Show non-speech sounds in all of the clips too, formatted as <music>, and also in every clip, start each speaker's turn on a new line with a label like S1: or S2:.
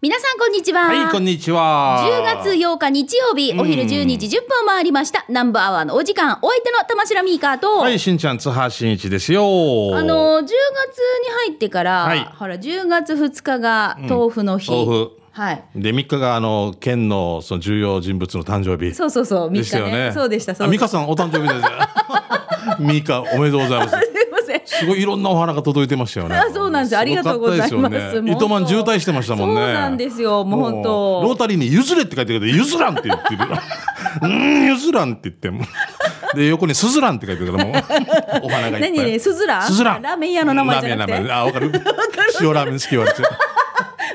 S1: 皆さんこんにちは。
S2: はい、こんにちは。
S1: 10月8日日曜日、お昼12時10分を回りました。ナンバーワンのお時間、お相手の玉城ミーカーと、
S2: はい、しんちゃん、津波しんいちですよ。
S1: あの、10月に入ってから、
S2: はい
S1: ほら、10月2日が豆腐の日。
S2: 豆腐
S1: はい。
S2: で、3日が、あの、県の、その重要人物の誕生日。
S1: そうそうそう、3日ね。
S2: ですよね。
S1: そうでした、そ
S2: あ
S1: うで
S2: 美
S1: した。
S2: 香さん、お誕生日 <laughs> です。美香、おめでとうございます。
S1: すいません。
S2: すごいいろんなお花が届いてましたよね。
S1: あそうなんですありがとうございます
S2: ごかったですよね
S1: もう
S2: 糸満渋滞してましたもんね。
S1: そうなんですよもう本当
S2: ロータリーに譲れって書いてるけど、譲らんって言ってる。 <laughs> うーん、譲らんって言っても。で、横にすずらんって書いてるから、もう。お花がいっぱい。
S1: 何ねすずらん
S2: すずらん。
S1: ラーメン屋の名前じゃなくて
S2: ラーメ
S1: <laughs>
S2: ン屋の名前あ、わかる。塩ラーメン好き言われちゃう。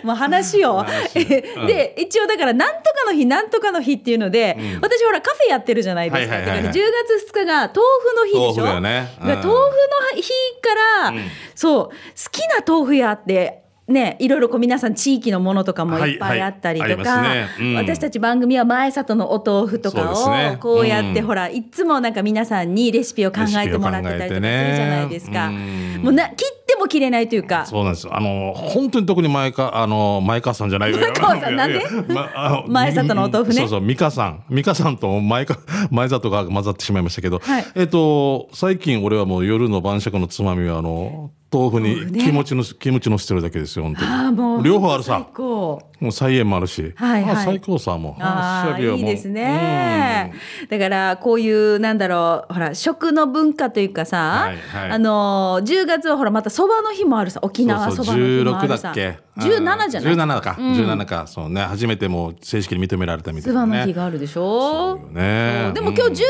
S1: まあ話を。
S2: 話うん
S1: で、一応だから、なんとかの日、なんとかの日っていうので、私ほらカフェやってるじゃないですか。
S2: はい
S1: だ
S2: はい
S1: か
S2: はい
S1: ら
S2: は
S1: 10
S2: い
S1: 月2日が豆腐の日でしょ
S2: 豆腐だよねうん
S1: だから豆腐の日から、そう、好きな豆腐屋って、ね、いろいろこう皆さん地域のものとかもいっぱいあったりとか、
S2: はいはいありますねうん
S1: 私たち番組は前里のお豆腐とか
S2: そうです
S1: を
S2: ね
S1: こうやって
S2: うん
S1: ほら、いつもなんか皆さんにレシピを考えてもらってたりとかするじゃないですか、
S2: レシピを考えてねうん
S1: もうな切っても切れないというか
S2: そうなんです。あの本当に特に前かあの前川さんじゃないよ。
S1: 前川さん
S2: いや
S1: なんで
S2: いやいやまあの
S1: 前里のお豆腐ね
S2: そうそう美香さん美香さんと前か前里が混ざってしまいましたけど。
S1: はい
S2: えっと最近俺はもう夜の晩酌のつまみはあの豆
S1: 豆腐
S2: 腐に
S1: ね
S2: キムチの、キムチのしてるだけですよ本当に。
S1: ああもう
S2: 両方あるさ
S1: 最。高
S2: もう菜園もあるし。
S1: はいはい
S2: あ最高さもう。
S1: ああ
S2: 仕上げはいも
S1: いうですね。だからこういうなんだろうほら食の文化というかさ、
S2: はいはい
S1: あのー10月はほらまたそばの日もあるさ沖縄そばの日もある
S2: 16だ
S1: さ
S2: っけ
S1: 17じゃない
S2: 十七か十七かそうね初めてもう正式に認められたみた
S1: そ
S2: い
S1: ば
S2: なね
S1: の日があるでし
S2: そ
S1: ょ
S2: うよね
S1: そうでも今日10月8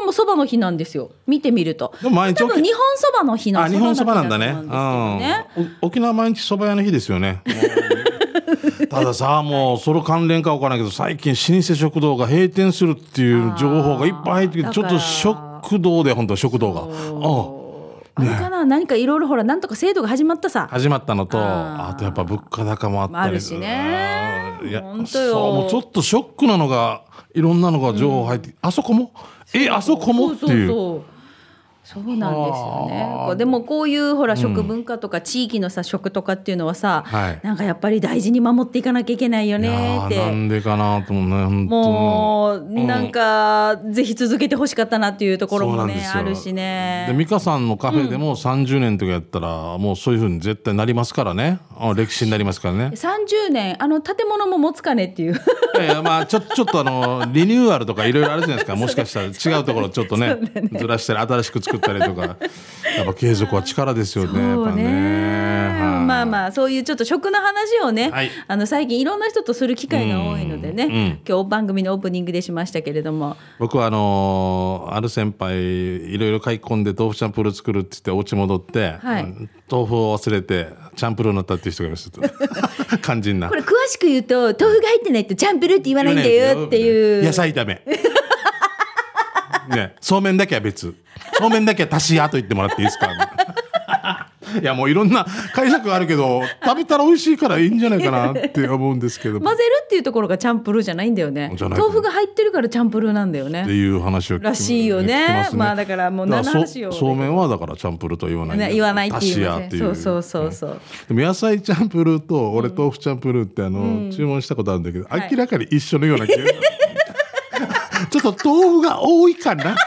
S1: 日もそばの日なんですよ見てみると
S2: でも毎日
S1: 多分日本そばの日の
S2: あ日本そばなんだね
S1: そばだけと思うんですけどね
S2: うんお沖縄毎日そば屋の日です
S1: <laughs>
S2: よねたださもうその関連かわからないけど最近老舗食堂が閉店するっていう情報がいっぱい入ってき
S1: あー
S2: てちょっと食堂で本当食堂があ
S1: あれかな、何かいろいろほらなんとか制度が始まったさ
S2: 始まったのと
S1: あ
S2: あ
S1: ー
S2: とやっぱ物価高もあったり
S1: あるしね
S2: うんいや
S1: ほんとよ
S2: そうもうちょっとショックなのがいろんなのが情報入って、あそこもえあそこもっていう
S1: そうそうそうそうなんですよね
S2: はあ
S1: こうでもこういうほら食文化とか地域のさ、食とかっていうのはさ、
S2: はい
S1: なんかやっぱり大事に守っていかなきゃいけないよ
S2: い
S1: ね
S2: や
S1: っ
S2: ーな
S1: て
S2: んでかなと思うね本当
S1: もう、なんかぜひ続けてほしかったなっていうところ
S2: そう
S1: も
S2: なんで
S1: ね
S2: すよ
S1: あるし
S2: で
S1: ね。
S2: 美香さんのカフェでも30年とかやったら、もうそういうふうに絶対なりますからねあ歴史になりますからね
S1: 30年あの建物も持つかねっていう
S2: いやいやまあちょ <laughs> ちょっとあのリニューアルとかいろいろあるじゃないですかもしかしたら違うところちょっとねずらしたり新しく作ったりとかやっぱ継続は力ですよねやっ
S1: <laughs>
S2: ぱねはい
S1: まあまあそういうちょっと食の話をね、
S2: はい
S1: あの最近いろんな人とする機会が多いのでね、
S2: うんうん
S1: 今日番組のオープニングでしましたけれども
S2: 僕はあのーある先輩いろいろ買い込んで豆腐チャンプルー作るって言ってお家戻って、
S1: はい
S2: 豆腐を忘れてチャンプルーになったっていう人がいました肝心な
S1: これ詳しく言うと豆腐が入ってないとチャンプルーって言わないんだよっていう
S2: 野菜炒めねそうめんだけは別そうめんだけは足しやと言ってもらっていいですか <laughs> いやもういろんな解釈があるけど食べたら美味しいからいいんじゃないかなって思うんですけど、
S1: 混ぜるっていうところがチャンプルーじゃないんだよね
S2: じゃない
S1: 豆腐が入ってるからチャンプルーなんだよ
S2: って
S1: ね
S2: いう話を聞き
S1: らしいよね
S2: 聞きす
S1: まあだからもう何の話を
S2: だからそそうめんはだからチャンプルーとは言わないんだ
S1: ね
S2: けど
S1: 言わないって
S2: 足
S1: い
S2: し
S1: う
S2: や
S1: ま
S2: って
S1: せ
S2: い
S1: ん
S2: う
S1: そうそうそうそう
S2: でも野菜チャンプルーと俺豆腐チャンプルーってあの、注文したことあるんだけど、
S1: はい
S2: 明らかに一緒のような気が
S1: <laughs>
S2: ちょっと豆腐が多いかなっていう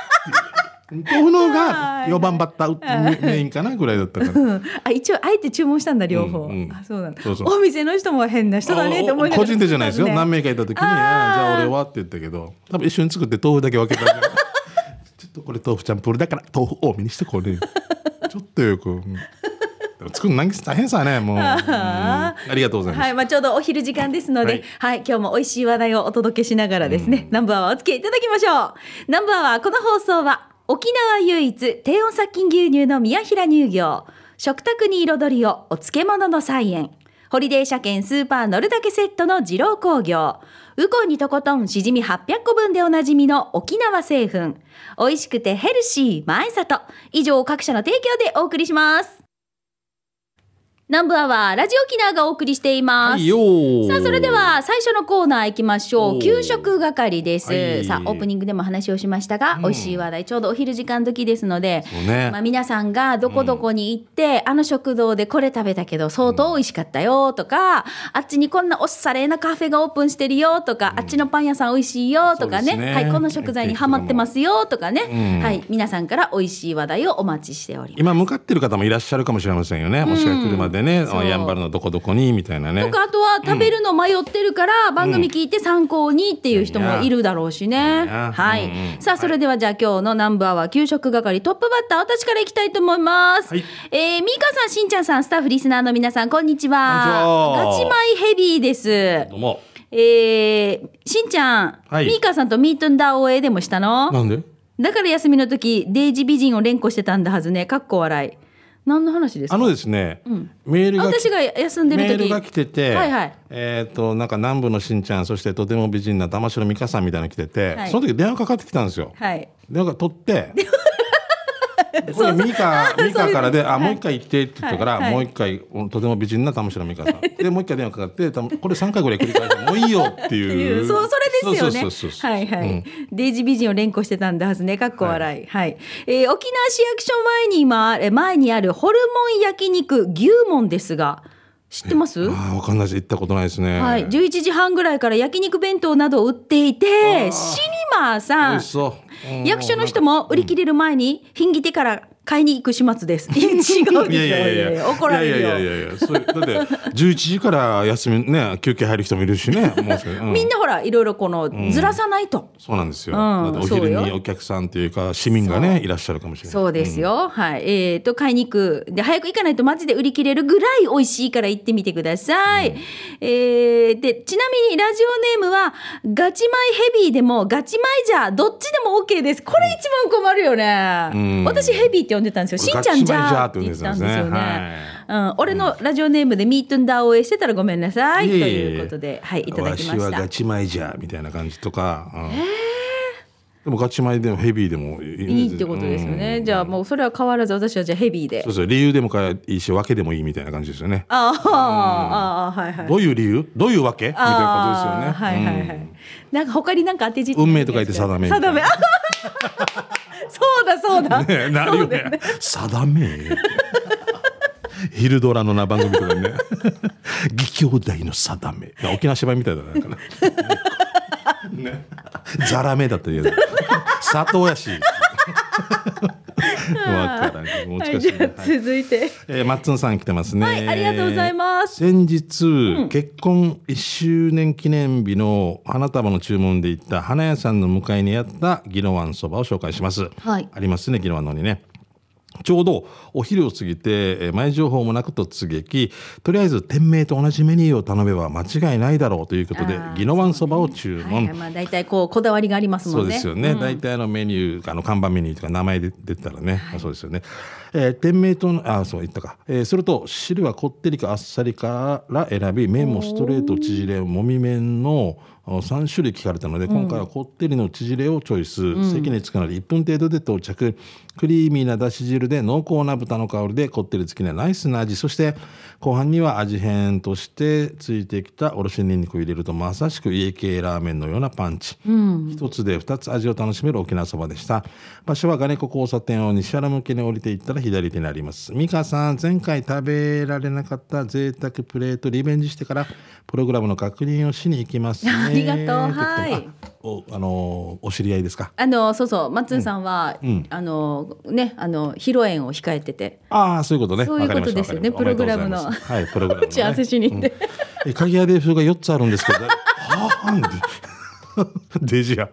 S2: 豆腐の方が4番バッターメメインかなぐらいだったから
S1: うんあ一応あえて注文したんだ両方、
S2: うんうん
S1: あそうなんだ
S2: そうそう
S1: お店の人も変な人だねって思いなが
S2: 個
S1: ら
S2: 人でじゃないですよ、何
S1: 名
S2: 名かいた時に
S1: あ
S2: 「
S1: ー
S2: あーじゃあ俺は」って言ったけど多分一緒に作って豆腐だけ分けたんだ
S1: <laughs>
S2: ちょっとこれ豆腐チャンプルーだから豆腐多めにしてこうねちょっとよく、うんでも作るの大変さねもう、うんありがとうございます、
S1: はい、まあ、ちょうどお昼時間ですので、は
S2: はいい、
S1: 今日も美味しい話題をお届けしながらですね、ナンバーはお付き合いいただきましょう。ナンバーはこの放送は、沖縄唯一低温殺菌牛乳の宮平乳業、食卓に彩りをお漬物の菜園、ホリデー車検スーパー乗るだけセットの二郎工業、ウコンにとことんしじみ800個分でおなじみの沖縄製粉、美味しくてヘルシー前里、以上各社の提供でお送りします。南部アワーラジオキナがお送りしています、
S2: はいよー
S1: さあそれでは最初のコーナー行きましょ
S2: お
S1: う
S2: ー
S1: 給食係です、
S2: はい
S1: さあオープニングでも話をしましたが、美味しい話題ちょうどお昼時間時ですので、
S2: そうね
S1: まあ、皆さんがどこどこに行って、あの食堂でこれ食べたけど相当美味しかったよとか、あっちにこんなおしゃれなカフェがオープンしてるよとか、あっちのパン屋さん美味しいよとか
S2: そ
S1: ね
S2: うですね
S1: はい、この食材にハマってますよとかね、
S2: うん
S1: はい、皆さんから美味しい話題をお待ちしております。
S2: 今向かってる方もいらっしゃるかもしれませんよね、もしくは車でね
S1: そう
S2: あやんばるのどこどこにみたいなね
S1: とかあとは食べるの迷ってるから番組聞いて参考にっていう人もいるだろうしね。
S2: いや
S1: は
S2: うん
S1: い
S2: うん。
S1: さあそれではじゃあ今日の南部アワー給食係トップバッター私からいきたいと思います。
S2: はい
S1: えー、ミカさんしんちゃんさんスタッフリスナーの皆さんこんにちは。
S2: こん
S1: ガ
S2: にちは
S1: チマイヘビーです。
S2: どうも
S1: えー、しんちゃん、
S2: はい
S1: ミカさんとミートンダーオーエーでもしたの
S2: なんで
S1: だから休みの時デイジ美人を連呼してたんだはずね。かっこ笑い。何の話です
S2: あ
S1: か
S2: のですね、メールが
S1: 私が休んでる時
S2: メールが来てて、
S1: はいはい
S2: えっ、となんか南部のしんちゃんそしてとても美人な玉城美香さんみたいなの来てて、
S1: はい
S2: その時電話かかってきたんですよ。
S1: はい。
S2: 電話が取って。
S1: <laughs>
S2: これミカミカからで「あもう一回行って」って言ったから、
S1: はいはい
S2: もう一回とても美人な玉城美香さんでもう一回電話かかってたこれ3回ぐらい繰り返して「もういいよ」っ
S1: <laughs>
S2: て
S1: ってい
S2: いう
S1: うそうそれですよね
S2: そうそうそうそう
S1: はいはい、
S2: うん
S1: デイジ美人を連呼してたんだはずねかっこ笑いはい、えー沖縄市役所前に今え前にあるホルモン焼肉牛門ですが知ってます
S2: ああ分かんないです行ったことないですね、
S1: はい、11時半ぐらいから焼肉弁当などを売っていてシニマー
S2: 美
S1: さん
S2: 味しそう、うん
S1: 役所の人も売り切れる前に品ぎ手から買いに行く始末です。いや違うでしょ。
S2: <laughs> いやいやいやいや
S1: 怒られるよ。
S2: いやいやいやいやそういうだって11
S1: <laughs>
S2: 時から休みね休憩入る人もいるしねもうそれうん
S1: みんなほらいろいろこのずらさないと。
S2: そうなんですよ、
S1: うん
S2: だってお
S1: そう
S2: 昼
S1: よ
S2: にお客さんというか市民がねいらっしゃるかもしれない
S1: そうですよ、はいえー、と買いに行くで早く行かないとマジで売り切れるぐらい美味しいから行ってみてください、えーでちなみにラジオネームはガチマイヘビーでもガチマイじゃどっちでも OK ですこれ一番困るよね、
S2: ん
S1: 私ヘビーって呼んでたんですよしんちゃんじゃーって言ってたんですよ
S2: ガチマイジャーって呼んでたんです
S1: ね
S2: ね
S1: うん、俺のラジオネームでミートンダーを応援してたらごめんなさい
S2: え
S1: と
S2: え
S1: いうことで、はい、いただきまし
S2: わしはガ
S1: た
S2: チ前じゃみたいな感じとか、うんでもガチ前でもヘビーでもい
S1: いいってことですよね、
S2: うん
S1: じゃあもうそれは変わらず私はじゃあヘビーで
S2: そうそう理由でもかいいし訳でもいいみたいな感じですよね
S1: あーあーはいはい
S2: どういう理由どういうわけみたい
S1: あ
S2: なことですよね、
S1: ーはいはいはい。なんか他になんか当て字って
S2: 運命と書いて定めみたいな
S1: 定め。あはは
S2: <laughs>
S1: そうだ <laughs> そうだ。
S2: ねなるよね定め昼ドラのな番組とかね「義兄弟の定め」沖縄芝居みたいだななんかねねザラメだったりやつ砂糖やしわからんけど
S1: は
S2: 難
S1: い
S2: し
S1: じ
S2: い
S1: ゃ
S2: ね、
S1: あ
S2: はい
S1: 続いて。
S2: えーマッツンさん来てますね、
S1: はいありがとうございます
S2: 先日、結婚1周年記念日の花束の注文で行った花屋さんの向かいにあったギロワンそばを紹介します、
S1: はい
S2: ありますねギロワンのにねちょうどお昼を過ぎてえー前情報もなく突撃とりあえず店名と同じメニューを頼めば間違いないだろうということで
S1: あー
S2: ギロワンそばを注文、
S1: はいはいまあ大体こうこだわりがあります
S2: そ
S1: も
S2: うんで
S1: ね。
S2: すよね、大体あのメニューあの看板メニューとか名前で出てたらね、そうですよね、えー店名とのあそう言ったか、えーそれと汁はこってりかあっさりから選び麺もストレート縮れもみ麺のあ3種類聞かれたので、今回はこってりの縮れをチョイス、席に着くので1分程度で到着クリーミーなだし汁で濃厚な豚の香りでこってり付きなナイスな味そして後半には味変としてついてきたおろしにんにくを入れるとまさしく家系ラーメンのようなパンチ、一つで二つ味を楽しめる沖縄そばでした場所はガネコ交差点を西原向けに降りていったら左手になります美香さん前回食べられなかった贅沢プレートリベンジしてからプログラムの確認をしに行きますね
S1: <laughs> ありがとうはい
S2: ということであおあのーお知り合いですか
S1: あのそうそう松ンさんは、あのねあの披露宴を控えてて
S2: ああそういうことね
S1: そういうこと
S2: わかりまし
S1: で
S2: た
S1: すよね
S2: わかりました
S1: プログラムの
S2: おめでとうございますはいプログラ
S1: <laughs>
S2: ムのね
S1: 打ち合わせしに行って。
S2: え鍵屋で風が4つあるんですけどはあなんで <laughs> デジや
S1: か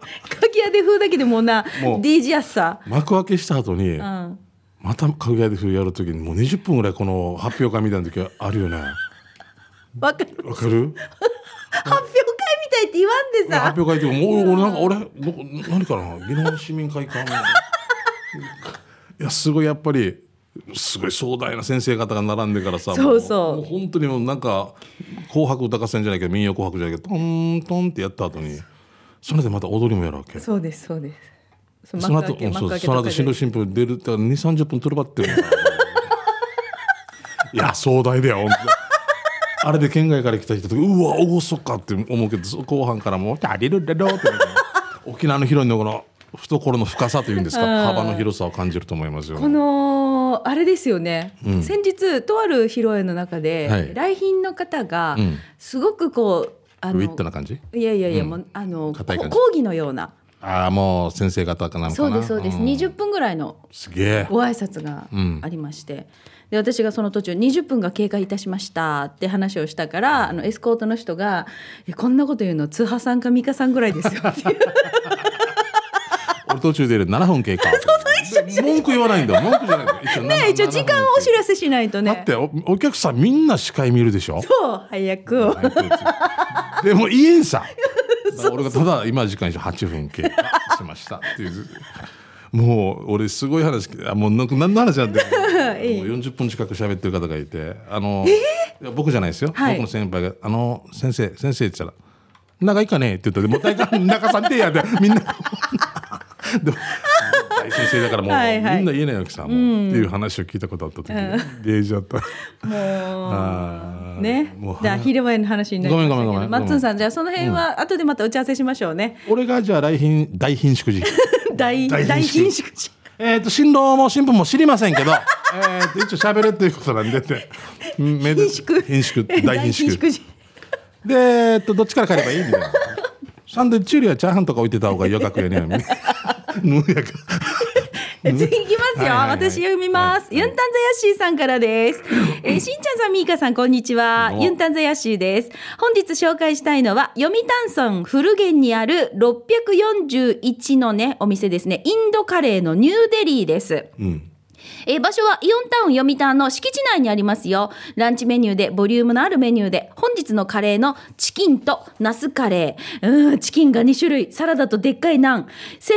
S1: き揚げ風だけでもうな
S2: もう
S1: デイジアスさ。
S2: 幕開けした後に、
S1: うん。
S2: また家具屋で冬やるときにもう20分ぐらいこの発表会みたいな時あるよね
S1: わかる。
S2: わ
S1: 発
S2: かる
S1: 表会みたいって言わんでさ。
S2: 発表会ってもう俺なんか俺どこ何かな宜野湾市民会館 <laughs> いやすごいやっぱりすごい壮大な先生方が並んでからさ
S1: そうそう
S2: ももう本当にもうなんか「紅白歌合戦」じゃないけど民謡「紅白」じゃないけどトントンってやった後にそれでまた踊りもやるわけ
S1: そうですそうです。そ
S2: その後、うん、そうその後新郎新婦出るって2、30分とるばってる。いや壮大だよ本当あれで県外から来た人とかうわおそかって思うけどそ後半からもう「ダリルレロ」ってなる沖縄の広いのこの懐の深さというんですか幅の広さを感じると思いますよ。
S1: このあれですよね、
S2: うん
S1: 先日とある披露宴の中で、
S2: はい
S1: 来賓の方が
S2: うん
S1: すごくこう、あ
S2: ウィットな感じ
S1: いやいやいや、
S2: うん
S1: もうあのこ
S2: 硬い
S1: 講
S2: 感じ
S1: 義のような
S2: ああもう先生方かなのか
S1: そ
S2: な
S1: うですそうです、
S2: ん
S1: 20分ぐらいの
S2: すげえ
S1: ご挨拶が
S2: うん
S1: ありまして、で私がその途中20分が経過いたしましたって話をしたからあのエスコートの人がえ「こんなこと言うの通派さんか美香さんぐらいです
S2: <laughs>
S1: よ」っていう
S2: 俺途中で7分経過文句言わないんだ文句じゃないんだ一応,、
S1: ね一応時間をお知らせしないと
S2: だっ
S1: ね
S2: ておお客さんみんな司会見るでしょ
S1: そう早くを
S2: でも言え
S1: <laughs>
S2: んさ俺がただ今時間以上8分経過しましたっていうもう俺すごい話あもうなんか何の話なんだよ
S1: <laughs> いい
S2: もう40分近く喋ってる方がいてあの、いや僕じゃないですよ、
S1: はい
S2: 僕の先輩が「あの先生先生」って言ったら「長いかね?」って言ったら「もう大体中さんって
S1: <laughs>
S2: や」ってみんなでも大先生だからもう、
S1: はいはい
S2: みんな言えないわけさもう、っていう話を聞いたことあった時に出ちゃった。
S1: も
S2: あ
S1: う
S2: ー
S1: ね
S2: もう
S1: じゃあ昼前の話になりましたけど
S2: ごめんごめんごめん
S1: マッツンさんじゃあその辺は後でまた打ち合わせしましょうね、
S2: <laughs> 俺がじゃあ来賓大貧縮時
S1: 大
S2: 大
S1: 大
S2: 貧
S1: 貧
S2: 縮
S1: 縮地
S2: えっと新郎も新婦も知りませんけど <laughs> えーと一応喋るっていうことなん
S1: <laughs>
S2: でってうんめで
S1: 貧縮 <laughs>
S2: 貧縮大貧縮
S1: 地
S2: でえっとどっちから借ればいいみ
S1: <laughs>
S2: たいなサンドイッチよりはチャーハンとか置いてた方がよかくやね
S1: <laughs>
S2: ぬやか
S1: 次いきますよ、
S2: はいはいはい
S1: 私読みます、ユンタンザヤッシーさんから
S2: <laughs>
S1: です、えー、しんちゃんさんみーかさんこんにちは
S2: どうも
S1: ユンタンザヤッシーです本日紹介したいのは読谷村古源にある641のねお店ですねインドカレーのニューデリーです
S2: うん
S1: えー場所はイオンタウン読谷の敷地内にありますよランチメニューでボリュームのあるメニューで本日のカレーのチキンとナスカレーうーんチキンが2種類サラダとでっかいナン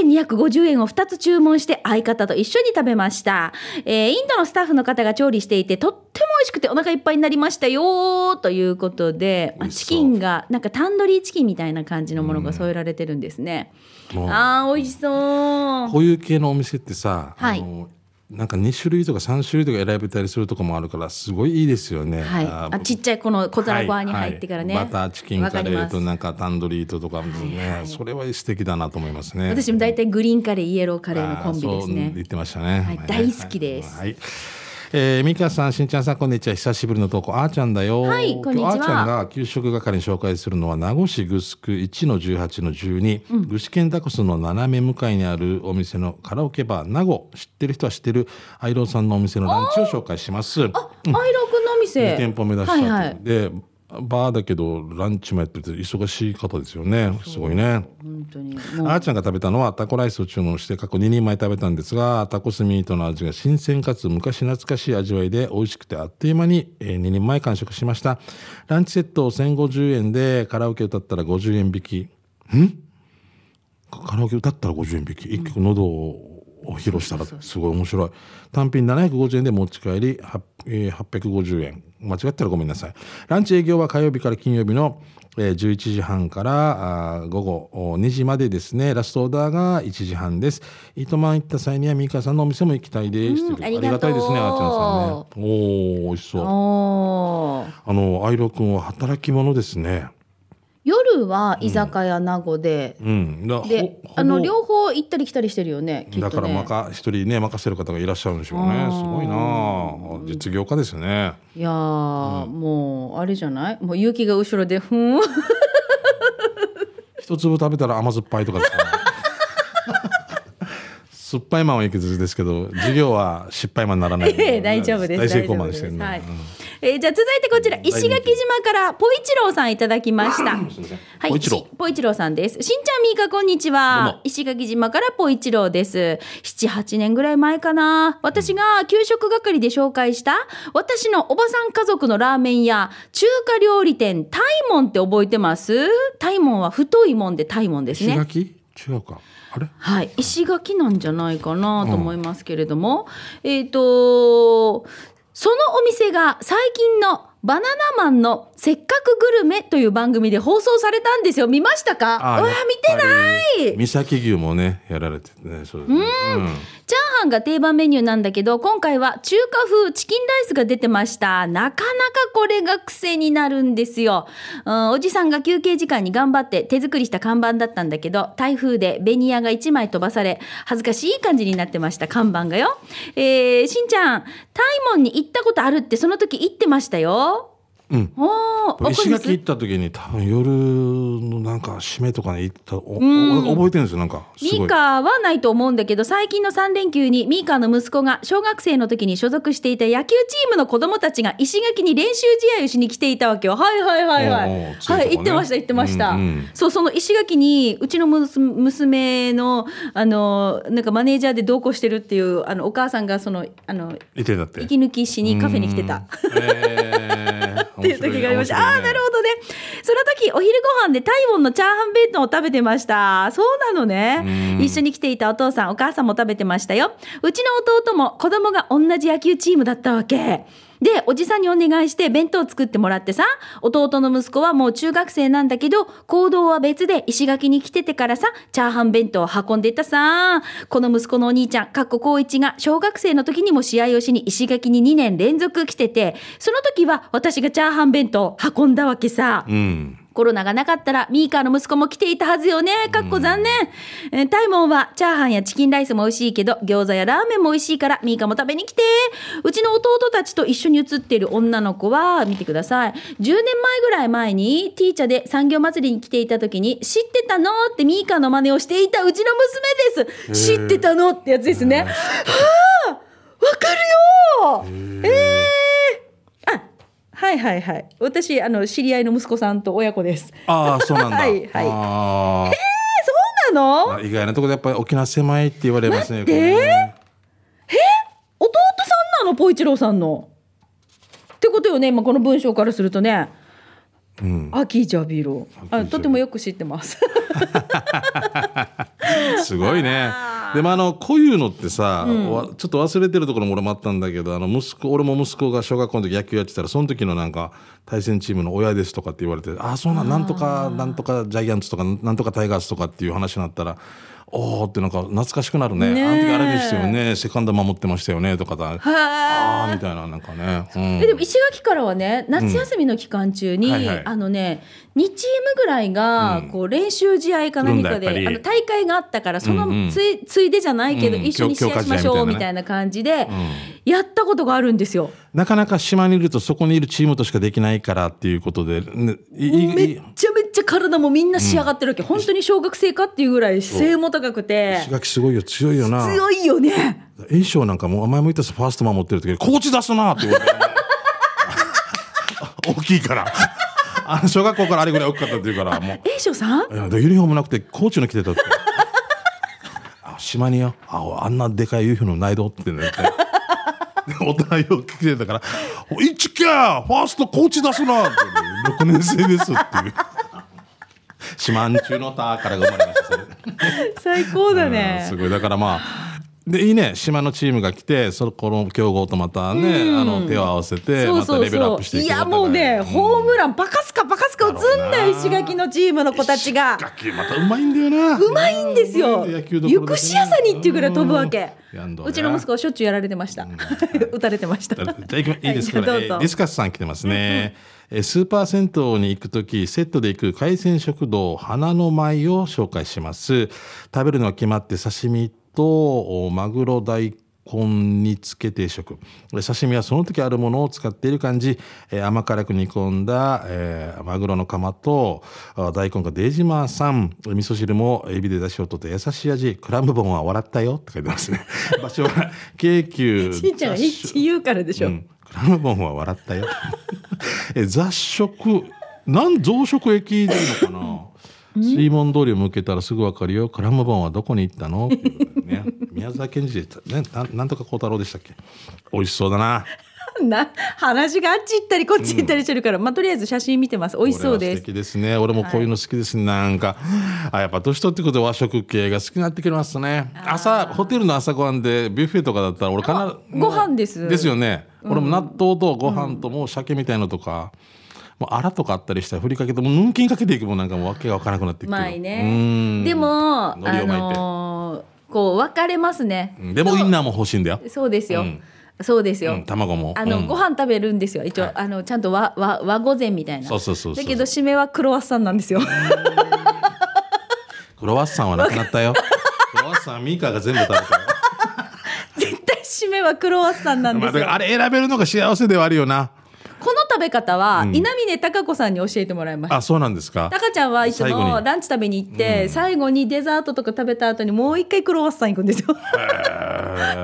S1: 1250円を2つ注文して相方と一緒に食べました、えーインドのスタッフの方が調理していてとっても美味しくてお腹いっぱいになりましたよーということで、まあ
S2: 美味
S1: チ
S2: しそう
S1: キンがなんかタンドリーチキンみたいな感じのものが添えられてるんですね、
S2: もう
S1: あー美味しそう
S2: こういう系のお店ってさ、
S1: はい
S2: あのなんか2種類とか3種類とか選べたりするとこもあるからすごいいいですよね、
S1: はい、
S2: あ
S1: あ
S2: ー
S1: ちっちゃいこの小皿ご飯に
S2: はい
S1: 入ってからね、
S2: はいバターチキンカ
S1: わか
S2: レーと
S1: ります
S2: なんかタンドリーととかもね、それは素敵だなと思いますね
S1: 私も大体グリーンカレーイエローカレーのコンビです
S2: あーそう
S1: ね
S2: 言ってましたね、
S1: はい大好きです
S2: はいえー、美香さん、しんちゃんさん、こんにちは。久しぶりの投稿、あーちゃんだよ。
S1: はいこんにちは
S2: 今日あーちゃんが給食係に紹介するのは、名護市グスク1の18の12、具志堅ダコスの斜め向かいにあるお店のカラオケバー、名護、知ってる人は知ってる、アイロンさんのお店のランチを紹介します。
S1: あ、アイロくんのお店
S2: 2店舗目出した
S1: は
S2: と、
S1: いはい
S2: で、バーだけど、ランチもやってるって忙しい方ですよね。すごいね。
S1: 本当にもう
S2: あーちゃんが食べたのはタコライスを注文して過去2人前食べたんですがタコスミートの味が新鮮かつ昔懐かしい味わいで美味しくてあっという間に2人前完食しましたランチセットを1050円でカラオケ歌ったら50円引きカラオケ歌ったら50円引き一曲喉を披露したらすごい面白い単品750円で持ち帰りはえー850円間違ったらごめんなさいランチ営業は火曜日から金曜日のえー11時半からあー午後お2時までですねラストオーダーが1時半です糸満行った際には三川さんのお店も行きたいです
S1: うん
S2: ということで
S1: ありがとう
S2: たいですねあーちゃんさんねおお美味しそう
S1: おー
S2: あの愛郎君は働き者ですね
S1: 夜は居酒屋名護で、
S2: うんだ
S1: で
S2: ほほぼ
S1: あの両方行ったり来たりしてるよねきっとね
S2: だからまか一人ね任せる方がいらっしゃるんでしょうね
S1: あー
S2: すごいなあ実業家ですね
S1: いやー、もうあれじゃないもう勇気が後ろでふーん
S2: 一粒食べたら甘酸っぱいと
S1: <laughs>
S2: かですね酸っぱいマンはいいけずですけど授業は失敗マンならない
S1: 大丈夫です
S2: 大成功マンして
S1: 大
S2: る
S1: 丈夫
S2: ね、
S1: はい
S2: うん
S1: えーじゃあ続いてこちら石垣島からポイチローさんいただきましたはい、
S2: ポイチロー
S1: しポイチローさんです。しんちゃん、みーか、こんにち
S2: どう
S1: は
S2: も。
S1: 石垣島からポイチローです。7、8年ぐらい前かな。私が給食係で紹介した、私のおばさん家族のラーメン屋、中華料理店、タイモンって覚えてますタイモンは太いもんでタイモンです
S2: 石
S1: ね。
S2: 垣違うかあれ
S1: はい、石垣なんじゃないかなと思いますけれども、えっ、とそのお店が最近のバナナマンのせっかくグルメという番組で放送されたんですよ。見ましたか？うわ見てない。
S2: い三崎牛もねやられてねそうですねうん
S1: チャーハ飯が定番メニューなんだけど、今回は中華風チキンライスが出てました。なかなかこれが癖になるんですよ。うん、おじさんが休憩時間に頑張って手作りした看板だったんだけど、台風でベニヤが1枚飛ばされ、恥ずかしい感じになってました、看板がよ。えー、しんちゃん、タイモンに行ったことあるってその時言ってましたよ。
S2: うん
S1: おー、わかり
S2: 石
S1: ま
S2: 垣
S1: す
S2: 行った時に多分夜のなんか締めとかに行ったおお覚えてるんですよなんかす
S1: ミ
S2: ご
S1: ー
S2: い
S1: カーはないと思うんだけど最近の3連休にミーカーの息子が小学生の時に所属していた野球チームの子供たちが石垣に練習試合をしに来ていたわけよはいはいはいはい、
S2: おうおうついとこ
S1: は
S2: ね
S1: い行ってました行ってました、
S2: うんうん
S1: そうその石垣にうちのむす娘のあのなんかマネージャーで同行してるっていうあのお母さんがそのあの
S2: いてだって
S1: 息抜きしにカフェに来てた。
S2: うんえー
S1: <laughs> っていう時がありました。
S2: 面
S1: ああ
S2: 白い
S1: ー、
S2: ね
S1: なるほどね。その時、お昼ご飯でタイモンのチャーハン弁当を食べてました。そうなのね。
S2: うん
S1: 一緒に来ていたお父さん、お母さんも食べてましたよ。うちの弟も子供が同じ野球チームだったわけ。で、おじさんにお願いして弁当を作ってもらってさ、弟の息子はもう中学生なんだけど、行動は別で石垣に来ててからさ、チャーハン弁当を運んでいったさ。この息子のお兄ちゃん、かっこ高一が小学生の時にも試合をしに石垣に2年連続来てて、その時は私がチャーハン弁当を運んだわけさ。
S2: うん
S1: コロナがなかったらミーカーの息子も来ていたはずよね。かっこ残念。えータイモンはチャーハンやチキンライスも美味しいけど、餃子やラーメンも美味しいからミーカーも食べに来て。うちの弟たちと一緒に写っている女の子は、見てください。10年前ぐらい前にティーチャーで産業祭りに来ていた時に、知ってたのってミーカーの真似をしていたうちの娘です。知ってたのってやつですね。はあわかるよえー、あはいはいはい。私、あの、知り合いの息子さんと親子です。
S2: ああそうなんだ
S1: はいはい
S2: あー
S1: そうなの
S2: あ意外なところでやっぱり沖縄狭いって言われますね
S1: 待って
S2: これね
S1: 弟さんなのポイチローさんの。ってことよね、今この文章からするとね。
S2: うん
S1: アキジャビロ
S2: アキジャビ
S1: あ
S2: ロ
S1: とてもよく知ってます。
S2: すごいね
S1: あ。
S2: でもあのこういうのってさ、わちょっと忘れてるところも俺もあったんだけどあの息子俺も息子が小学校の時野球やってたらその時のなんか対戦チームの親ですとかって言われて「ああそうなんなんとかなんとかジャイアンツとかなんとかタイガースとかっていう話になったら「おお」ってなんか懐かしくなるね
S1: ねえ
S2: あの時あれでしたよねセカンド守ってましたよね」とかだ「 <laughs> ああ」みたいななんかね。うん
S1: <laughs> えでも石垣からはね夏休みの期間中に、
S2: うんはいはい
S1: あのね2チームぐらいがこう練習試合か何かで、
S2: 来るんだ
S1: あ
S2: や
S1: の
S2: っぱ
S1: 大会があったからその
S2: うんうん
S1: つい,、ついでじゃないけど、
S2: うん
S1: 一緒に試合しましょうみたいな感じで、やったことがあるんですよ。
S2: なかなか島にいるとそこにいるチームとしかできないからっていうことで、ね、いい
S1: め
S2: い
S1: っちゃめっちゃ体もみんな仕上がってるわけ、本当に小学生かっていうぐらい姿勢も高くて
S2: 石垣すごいよ強いよな
S1: 強いよね
S2: 炎章なんかもう前向いたさファースト守ってる時に「コーチ出すな!」って言われて大きいからあの小学校からあれぐらい大きかったっていうからも
S1: 栄翔さん
S2: ういやでユニフォームなくてコーチの着てたってあ島によああんなでかいユニフォームないどってねで大人よく着てたから「おいっちきゃファーストコーチ出すな!」って「6年生です」っていう島んちゅうのたからが生まれましたそれ
S1: 最高だ
S2: うん
S1: ね
S2: すごいだからまあでいいね島のチームが来てそのこの強豪とまたね、あの手を合わせて
S1: そう
S2: また
S1: そう
S2: レベルアッ
S1: そ
S2: プして
S1: う
S2: い
S1: い
S2: く
S1: やもうねホームランバカスカバカスカ打つんだよ
S2: だろうな
S1: 石垣のチームの子たちが
S2: 楽器またうまいんだよな
S1: うまいんですよ
S2: うん野球どこ
S1: 行
S2: ろだけね
S1: くしやさにっていうぐらい飛ぶわけ
S2: うんやんどね
S1: うちの息子はしょっちゅうやられてました打たれてました
S2: じゃあ行きまいいですか、
S1: はい
S2: ね
S1: どう
S2: え
S1: ぞ
S2: ーディスカスさん来てますね、えースーパー銭湯に行く時セットで行く海鮮食堂花の舞を紹介します食べるのは決まって刺身とおマグロ大根につけ定食えー刺身はその時あるものを使っている感じえー甘辛く煮込んだ、えーマグロの釜とあ大根が出島さん味噌汁もエビで出汁を取って優しい味クラムボンは笑ったよって書いてますね場所は京急
S1: しんちゃんが一言うからでしょ、
S2: うん、クラムボンは笑ったよ <laughs> え雑食なん増殖駅でいいのかな水門通りを向けたらすぐわかるよクラムボンはどこに行ったのっていうことでね宮沢賢治で、ね、ななんとか孝太郎でしたっけ美味しそうだな
S1: な話があっち行ったりこっち行ったりしてるから、まあとりあえず写真見てます美味しそう
S2: これ
S1: で
S2: は素
S1: す
S2: 敵ですね俺もこういうの好きですね、なんかあやっぱ年取ってくると和食系が好きになってきますね朝ホテルの朝ごはんでビュッフェとかだったら俺か
S1: あ
S2: な
S1: ご飯です
S2: ですよね、俺も納豆とご飯ともう鮭みたいのとか、もうアラとかあったりしたらふりかけてもうぬんきんかけていくもんなんかもうわけがわからなくなってきてる
S1: 前
S2: う
S1: ね
S2: ん
S1: でもあ
S2: 海苔を巻いて
S1: のーこう分かれますね、
S2: うんでもウインナーも欲しいんだよ、
S1: そうですよ、
S2: うん
S1: そうです
S2: う
S1: よ、
S2: ん、卵も
S1: あの、
S2: うん
S1: ご飯食べるんですよ一応、
S2: はい
S1: あのちゃんと和和和御膳みたいな
S2: そうそうそうそう
S1: だけど締めはクロワッサンなんですよ
S2: クロワッサンはなく
S1: <laughs>
S2: なったよクロワッサンはミーカーが全部食べたよ
S1: 絶対締めはクロワッサンなん
S2: ま
S1: で
S2: あ、
S1: す
S2: だ
S1: よ、
S2: からあれ選べるのが幸せではあるよな
S1: この食べ方は、稲峰孝子さんに教えてもらいました
S2: あそうなんですか
S1: タカちゃんはいつ
S2: 最後
S1: も
S2: に
S1: ランチ食べに行って、最後にデザートとか食べた後にもう一回クロワッサン行くんですよ。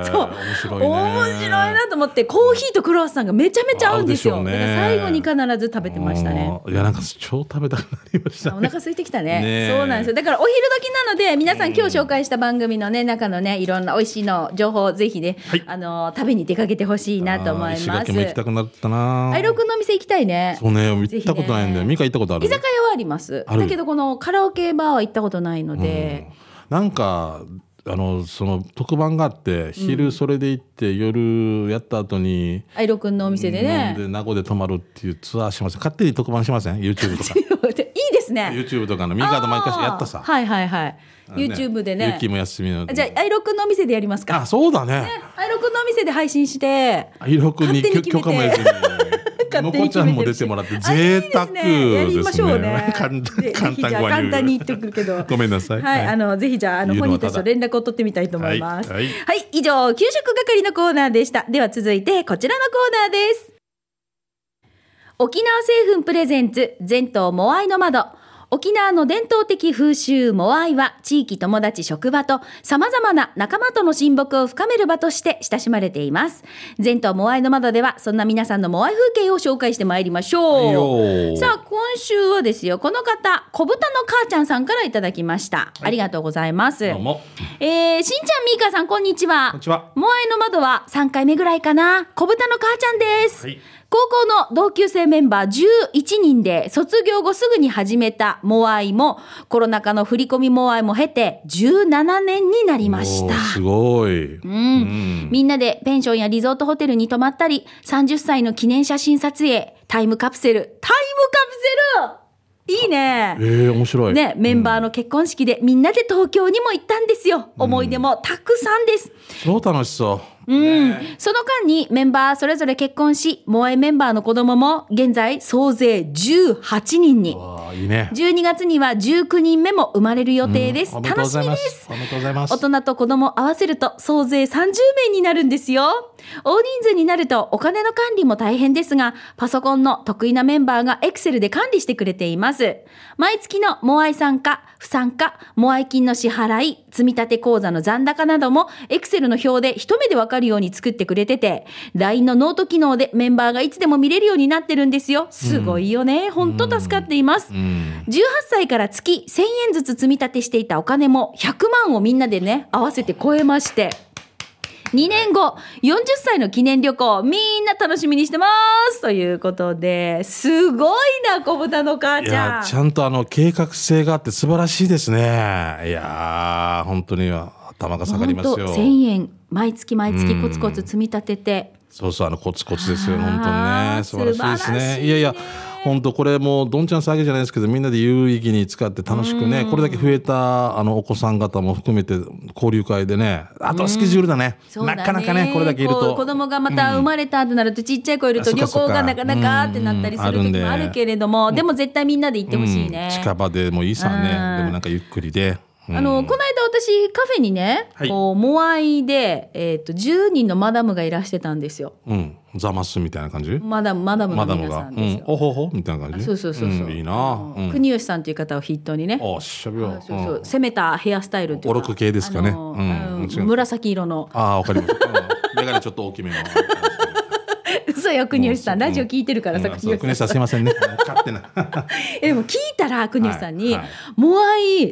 S1: そう
S2: 面白いね
S1: 面白いなと思ってコーヒーとクロワッサンがめちゃめちゃ合うんですよ。
S2: 合うでしょうね
S1: だから最後に必ず食べてましたね。
S2: うんいやなんか超食べたくなりまし
S1: あ
S2: た
S1: お腹空いてきたね
S2: ねえ
S1: そうなんですよだからお昼時なので皆さん今日紹介した番組のね中のねいろんな美味しいの情報をぜひね、
S2: はい
S1: あの食べに出かけてほしいなと思い
S2: あー石
S1: ま
S2: 垣
S1: す
S2: も行きたくなったな
S1: アイロクのお店行きたいね
S2: そうね行ったことない
S1: ぜ
S2: んだ
S1: ひ
S2: よ
S1: ね
S2: ミカ行ったことある
S1: 居酒屋はあります
S2: ある
S1: だけどこのカラオケバーは行ったことないので、
S2: なんかあのその特番があって昼それで行って、夜やった後に
S1: アイロ君のお店で
S2: 飲
S1: ね
S2: ん。で名護で泊まるっていうツアーしません勝手に特番しません YouTube とか
S1: <laughs> いいですね。
S2: YouTube とかのミカと毎回やったさ、
S1: あーはいはいはい。
S2: あのね
S1: YouTube でね
S2: ユ。キも休みの
S1: じゃあ、アイロ君のお店でやりますか。
S2: あそうだね
S1: アイロ君のお店で配信して。
S2: アイロクに
S1: 勝手に
S2: 許
S1: 決めて
S2: 許可も得ずに
S1: 勝
S2: の
S1: 手に決めてるし
S2: こちゃんも出てもらって
S1: あいい
S2: 贅
S1: で
S2: 沢
S1: すねやり
S2: で
S1: ますしょう
S2: ね <laughs>
S1: ね。
S2: 簡
S1: で
S2: 単簡
S1: ぜひじゃあ
S2: 単
S1: 簡単に言っ
S2: と
S1: てくるけど。
S2: ごめんなさい
S1: はい、
S2: <laughs> はい
S1: あの、ぜひじゃあ、あの、
S2: 言う
S1: 本
S2: の
S1: 人
S2: は
S1: た
S2: ただ
S1: ちと連絡を取ってみたいと思います。は
S2: はいい、
S1: 以上、給食係のコーナーでした。では、続いて、こちらのコーナーです。沖縄製粉プレゼンツ、全島モアイの窓。沖縄の伝統的風習モアイは地域友達職場と様々な仲間との親睦を深める場として親しまれています。全島モアイの窓ではそんな皆さんのモアイ風景を紹介してまいりまし
S2: いい
S1: ょう。
S2: よ
S1: さあ今週はですよこの方小豚の母ちゃんさんからいただきました、ありがとうございます
S2: どうも
S1: えー、しんちゃんみーかさんこんにちは
S2: こんにちは
S1: モアイの窓は3回目ぐらいかな小豚の母ちゃんです、
S2: はい
S1: 高校の同級生メンバー11人で卒業後すぐに始めたモアイもコロナ禍の振り込みモアイも経て17年になりました
S2: おーすごい、うん
S1: うんみんなでペンションやリゾートホテルに泊まったり、30歳の記念写真撮影、タイムカプセル、タイムカプセルいいね
S2: え。ー、面白い
S1: ね、メンバーの結婚式でみんなで東京にも行ったんですよ。思い出もたくさんです。
S2: 超楽しそう、
S1: うん。その間にメンバーそれぞれ結婚し、萌えメンバーの子供も現在総勢18人に。
S2: わあいいね
S1: 12月には19人目も生まれる予定です。
S2: おめでと
S1: 楽
S2: うご
S1: し
S2: ざい
S1: み
S2: ま
S1: です。
S2: すおめでとうございます
S1: 大人と子供合わせると総勢30名になるんですよ。大人数になるとお金の管理も大変ですが、パソコンの得意なメンバーが Excel で管理してくれています。毎月のモアイ参加、不参加、モアイ金の支払い、積立口座の残高なども Excel の表で一目でわかるように作ってくれてて、LINE のノート機能でメンバーがいつでも見れるようになってるんですよ。すごいよね。本当助かっています。
S2: うん
S1: 18歳から月1000円ずつ積み立てしていたお金も100万をみんなでね合わせて超えまして2年後40歳の記念旅行みんな楽しみにしてますということですごいな小豚の母
S2: い
S1: ちゃ
S2: や
S1: ん
S2: ちゃんとあの計画性があって素晴らしいですねいやー本当に頭が下がりますよ
S1: ほんと1000円毎月毎月コツコツ積み立てて
S2: そうそうあのコツコツですよ
S1: あー
S2: 本当にね素晴らしい
S1: 素晴
S2: で
S1: らしい
S2: すね
S1: ね
S2: いやいや本当これもうどんちゃん騒ぎじゃないですけどみんなで有意義に使って楽しくねこれだけ増えたあのお子さん方も含めて交流会でねあとはスケジュールだね
S1: そうだ
S2: なかなかねこれだけいる
S1: ことう子供がまた生まれたってなると、ちっちゃい子いると
S2: あそっ
S1: 旅
S2: かそ
S1: 行
S2: っか
S1: がなかなかってなったりする
S2: うん
S1: 時
S2: うんあるんで
S1: もあるけれども、でも絶対みんなで行ってほしいね、
S2: うん近場でもいいさ
S1: うん
S2: ねでもなんかゆっくりで、うん
S1: あのこの間私カフェにね、
S2: はい
S1: こうモアイで、えー、と10人のマダムがいらしてたんですよ
S2: うんざますみたいな感じ
S1: マダムマダムの
S2: マダム
S1: 皆
S2: が
S1: さ、ん
S2: う
S1: です
S2: ん
S1: よ、、
S2: おほほみたいな感じ
S1: そうそうそうそう、
S2: んいい
S1: あ
S2: な
S1: の、
S2: うん、
S1: 国吉さんという方を筆頭にね
S2: おっしゃべよ、
S1: そうそう、
S2: ん
S1: 攻めたヘアスタイルっていうか
S2: オロク系ですかね
S1: あの
S2: うん
S1: あの
S2: 違う
S1: 紫色の <laughs>
S2: ああわかります、うん、眼鏡ちょっと大きめの
S1: そうよ国吉さん、
S2: うん
S1: ラジオ聞いてるからさ、
S2: うん
S1: 国
S2: 国
S1: 吉
S2: 吉
S1: さ
S2: さ
S1: ん
S2: んす
S1: <laughs>
S2: いませんね勝手な
S1: えでも聞いたら国吉さんに、
S2: はいはい
S1: モアイ30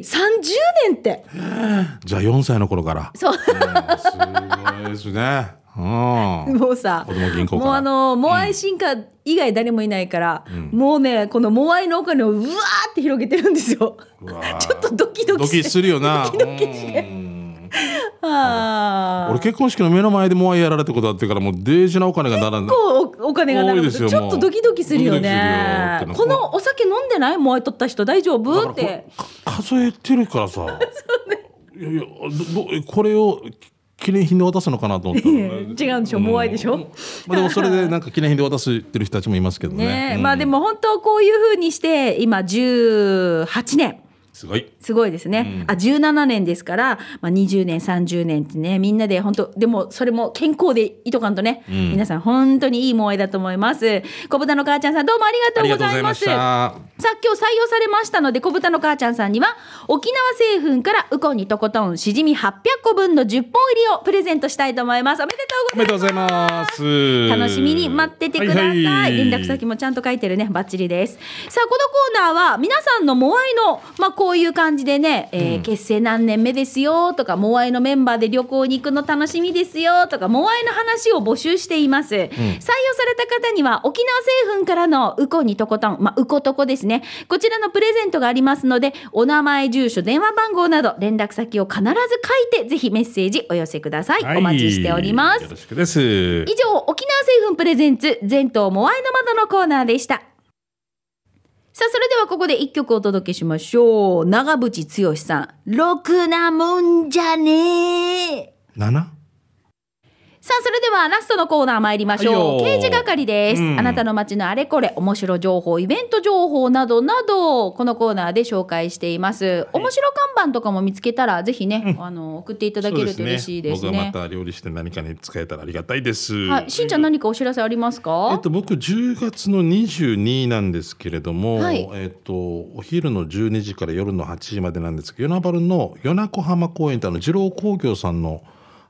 S1: 年って
S2: <laughs> じゃあ4歳の頃から
S1: そう
S2: うんすごいですねうん
S1: もうさ
S2: 子供銀行から
S1: もうあのモアイ進化以外誰もいないから、もうねこのモアイのお金をうわーって広げてるんですよ。
S2: うわ
S1: <laughs>
S2: ー
S1: ちょっとドキドキ
S2: ド
S1: して
S2: キするよな
S1: ドキドキして
S2: うん
S1: あー
S2: 俺結婚式の目の前でモアイやられたことあってからもうデージなお金が並ん
S1: 結
S2: だ
S1: 構おお金が並ぶ
S2: 多いですよ
S1: ちょっと
S2: もう
S1: ドキドキするよね
S2: ドキドキす
S1: こ
S2: るよ
S1: のお酒飲んでないモアイ取った人大丈夫っ
S2: だから
S1: て <laughs>
S2: これか数えてるからさいやいやどどこれを記念品で渡すのかなと思った
S1: 違うんでしょモアイでしょ
S2: うんまあ、でもそれでなんか記念品で渡してる人たちもいますけどね
S1: ねえ
S2: うん
S1: まあでも本当こういうふうにして今18年
S2: すごい
S1: すごいですね、あ17年ですから、まあ、20年30年ってねみんなで本当でもそれも健康でいとかんとね、皆さん本当にいい萌えだと思います小豚の母ちゃんさんどうもありがとうございます
S2: あ
S1: さあ今日採用されましたので小豚の母ちゃんさんには沖縄製粉からウコンにとことんしじみ800個分の10本入りをプレゼントしたいと思いますおめでとう
S2: り
S1: ございます
S2: がとうございまし
S1: 楽し
S2: たおめでとうございます
S1: みに待っててください、
S2: はは
S1: 連絡先もちゃんと書いてるねバッチリですさあこのコーナーは皆さんのモアイのまあこういう感じでね、えー結成何年目ですよとかモアイのメンバーで旅行に行くの楽しみですよとかモアイの話を募集しています、採用された方には沖縄製粉からのウコンにとことんまあウコとこですねこちらのプレゼントがありますのでお名前住所電話番号など連絡先を必ず書いてぜひメッセージお寄せください、
S2: はい
S1: お待ちしております
S2: よろしくです
S1: 以上沖縄製粉プレゼンツ全島モアイの窓のコーナーでしたさあそれではここで一曲お届けしましょう長渕剛さん「ろくなもんじゃねえ
S2: 七。」
S1: さあそれではラストのコーナー参りましょう
S2: はい
S1: 刑
S2: よ
S1: 事係です、
S2: うん
S1: あなたの街のあれこれ面白情報イベント情報などなどこのコーナーで紹介しています面白看板とかも見つけたらぜひね、あの送っていただけると嬉しいです
S2: 僕はま
S1: ね
S2: た料理して何かに使えたらありがたいです。
S1: はい、しんちゃん何かお知らせありますか、
S2: えっと、僕10月の22なんですけれども、
S1: はい
S2: えっと、お昼の12時から夜の8時までなんですけど与那原の与那湖浜公園ってあの二郎工業さんの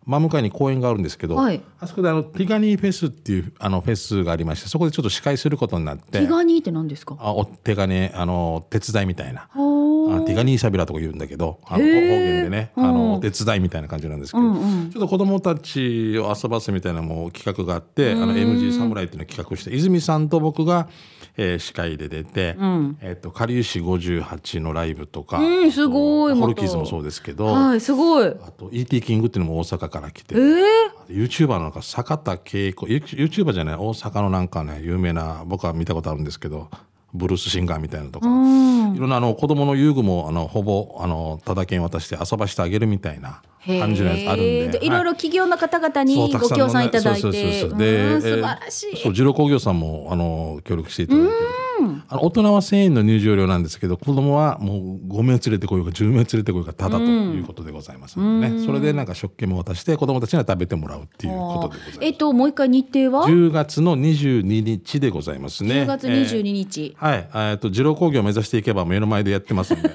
S2: 真向かいに公園があるんですけど、
S1: はい
S2: あそこであのティガニーフェスっていうあのフェスがありましてそこでちょっと司会することになって
S1: ティガニーって何ですか
S2: あお手金あの手伝いみたいな
S1: ほ
S2: あティガニーシャビラとか言うんだけどあの
S1: へ
S2: 方
S1: ー
S2: 言でねあ
S1: うん
S2: のお手伝いみたいな感じなんですけど、
S1: うんうん
S2: ちょっと子どもたちを遊ばすみたいなのも企画があって「あの MG 侍」っていうのを企画して泉さんと僕が、えー司会で出て
S1: ん
S2: 「えっとかりゆし58」のライブとか、
S1: うんすごい
S2: あと
S1: ま
S2: ホ
S1: た
S2: ルキーズもそうですけど、
S1: はいすごい
S2: あと ET キングっていうのも大阪から来て。
S1: えー、
S2: ユーチューバーのなんか坂田恵子ユーチューバーじゃない大阪のなんかね有名な僕は見たことあるんですけどブルースシンガーみたいなとか、いろんなあの子供の遊具もあのほぼあのただ券渡して遊ばしてあげるみたいな感じのやつあるんで。
S1: いろい
S2: は
S1: ろ企業の方々に
S2: そう
S1: ご
S2: たくさん
S1: 協賛いただい
S2: そうそう
S1: て、
S2: そ
S1: う
S2: うそ
S1: ん
S2: うで、えー
S1: 素晴らしい。
S2: そう二郎工業さんもあの協力していただいてあの大人は1000円の入場料なんですけど子供はもう5名連れてこようか10名連れてこようかただということでございますのでね、それでなんか食券も渡して子供たちには食べてもらうっていうことでございます。
S1: えっともう一回日程は
S2: 10月の22日でございますね。
S1: 10月
S2: え
S1: 22
S2: ー
S1: 日。
S2: はい、えーっと二郎工業を目指していけばもう目の前でやってます
S1: <laughs>
S2: んで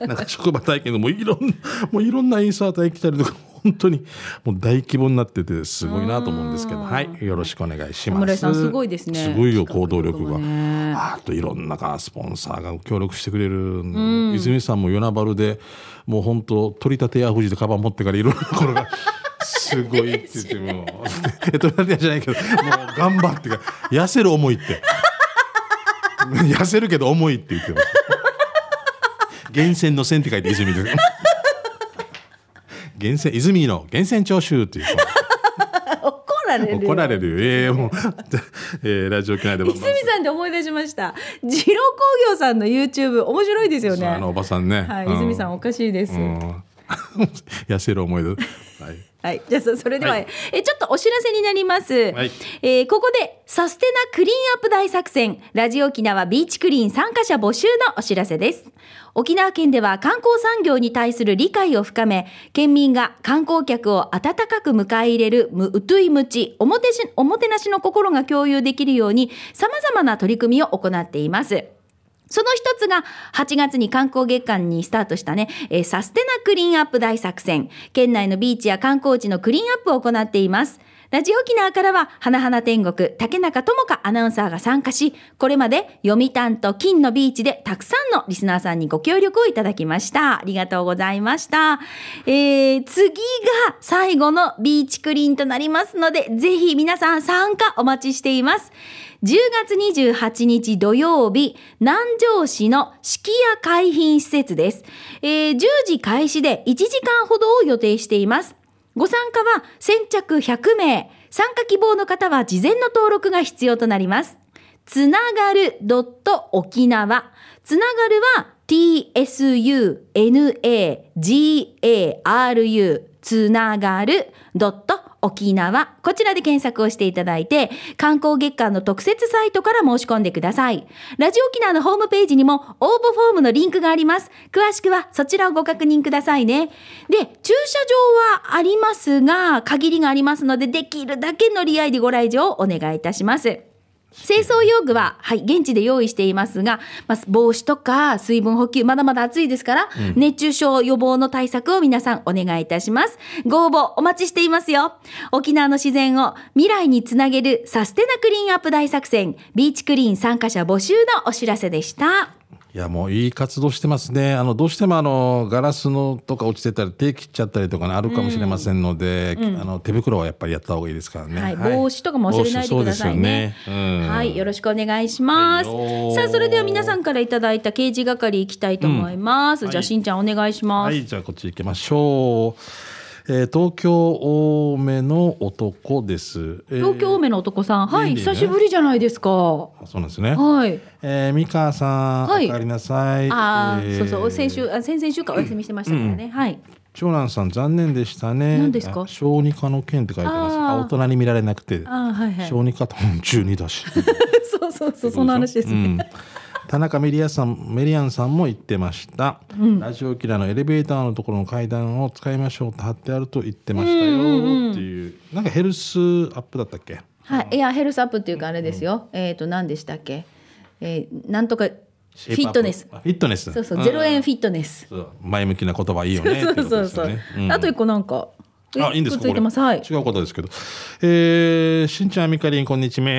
S2: なんか職場体験でもういろんなもういろんなインサートへ来たりとか本当にもう大規模になっててすごいなと思うんですけどはいよろしくお願いしま
S1: 田
S2: す
S1: 村さんすごいですね
S2: すごいよ行動力
S1: 企画力
S2: が、
S1: がね
S2: あといろんなかスポンサーが協力してくれる、泉さんも与那原でもう本当取り立てや富士でカバン持ってからいろんなとこ
S1: <laughs>
S2: ろがすごいって言ってもう取り立て屋じゃないけどもう頑張ってから痩せる思いって。 <laughs> 痩せるけど重いって言ってます。源泉の線って書いて泉です。 <laughs> 源泉泉の源泉徴収っていう。
S1: <laughs> 怒られる。
S2: 怒られるよ。ええもう、えーラジオ機内でも。
S1: 泉さんで思い出しました。二郎工業さんの YouTube 面白いですよね。
S2: あのおばさんね。
S1: はい、
S2: うん
S1: 泉さんおかしいです。
S2: うん、 <laughs> 痩せる思いで。はい。
S1: はい、じゃあそそれでは、
S2: はい
S1: えちょっとお知らせになります、
S2: はい
S1: えーここでサステナクリーンアップ大作戦ラジオ沖縄ビーチクリーン参加者募集のお知らせです沖縄県では観光産業に対する理解を深め県民が観光客を温かく迎え入れるむうといむちおもてしおもてなしの心が共有できるようにさまざまな取り組みを行っていますその一つが8月に観光月間にスタートしたね、えーサステナクリーンアップ大作戦。県内のビーチや観光地のクリーンアップを行っています。ラジオ沖縄からは、花々天国、竹中智香アナウンサーが参加し、これまで読谷と金のビーチでたくさんのリスナーさんにご協力をいただきました。ありがとうございました。えー次が最後のビーチクリーンとなりますので、ぜひ皆さん参加お待ちしています。10月28日土曜日、南城市の式屋海浜施設です。えー10時開始で1時間ほどを予定しています。ご参加は先着100名。参加希望の方は事前の登録が必要となります。つながる .okinawa。つながるは tsunagaru つながる.沖縄こちらで検索をしていただいて観光月間の特設サイトから申し込んでくださいラジオ沖縄のホームページにも応募フォームのリンクがあります詳しくはそちらをご確認くださいねで駐車場はありますが限りがありますのでできるだけ乗り合いでご来場をお願いいたします清掃用具は、はい、現地で用意していますが、まあ、帽子とか水分補給まだまだ暑いですから、熱中症予防の対策を皆さんお願いいたしますご応募お待ちしていますよ沖縄の自然を未来につなげるサステナクリーンアップ大作戦ビーチクリーン参加者募集のお知らせでした
S2: いやもういい活動してますねあのどうしてもあのガラスのとか落ちてたり手切っちゃったりとかねあるかもしれませんので、あの手袋はやっぱりやった方がいいですからね、
S1: はい、帽子とかも忘れないでくださいね。
S2: 帽子そうですよねうん
S1: はい、よろしくお願いします。
S2: はいよ
S1: さあ、それでは皆さんからいただいた刑事係行きたいと思います。じゃあ、しんちゃんお願いしま
S2: は
S1: す。
S2: い、じゃあこっち行きましょう。えー、東京青梅の男です。えー
S1: 東京青梅の男さん、はい、
S2: いいね
S1: 久しぶりじゃないですか。は
S2: あそうなんですね。
S1: い、
S2: えー、美川さん、
S1: はい
S2: おかえりなさい。
S1: ああ、
S2: えー
S1: そうそう、先週、あ、先々週かお休みしてましたからね。はい。 <laughs>
S2: 長男さん残念でしたね。
S1: 何ですか
S2: あ小児科の件って書いてます。
S1: あ
S2: あ
S1: ー
S2: 大人に見られなくて、
S1: あー、はい、はい。
S2: 小児科と中二だ
S1: <laughs>
S2: し。
S1: そうそうそう、その話です
S2: う
S1: ね。
S2: ん田中メリアさんメリアンさんも言ってました、ラジオキラのエレベーターのところの階段を使いましょうと貼ってあると言ってましたよっていう,、なんかヘルスアップだったっけ
S1: はい、いや、ヘルスアップっていうか、あれですよ。えっと、何でしたっけ。えー、なんとか。フィットネス
S2: シェイ。プアップあフィットネス
S1: そうそう、
S2: ん
S1: ゼロ円フィットネス。
S2: そう前向きな言葉いいよね
S1: そうそうそう。
S2: っていことですよねうん
S1: あと一個なんか。
S2: あ、いいんですか
S1: くっついてます。
S2: これ
S1: はい。
S2: 違うことですけど。えー、しんちゃん、みかりん、こんにちは。
S1: は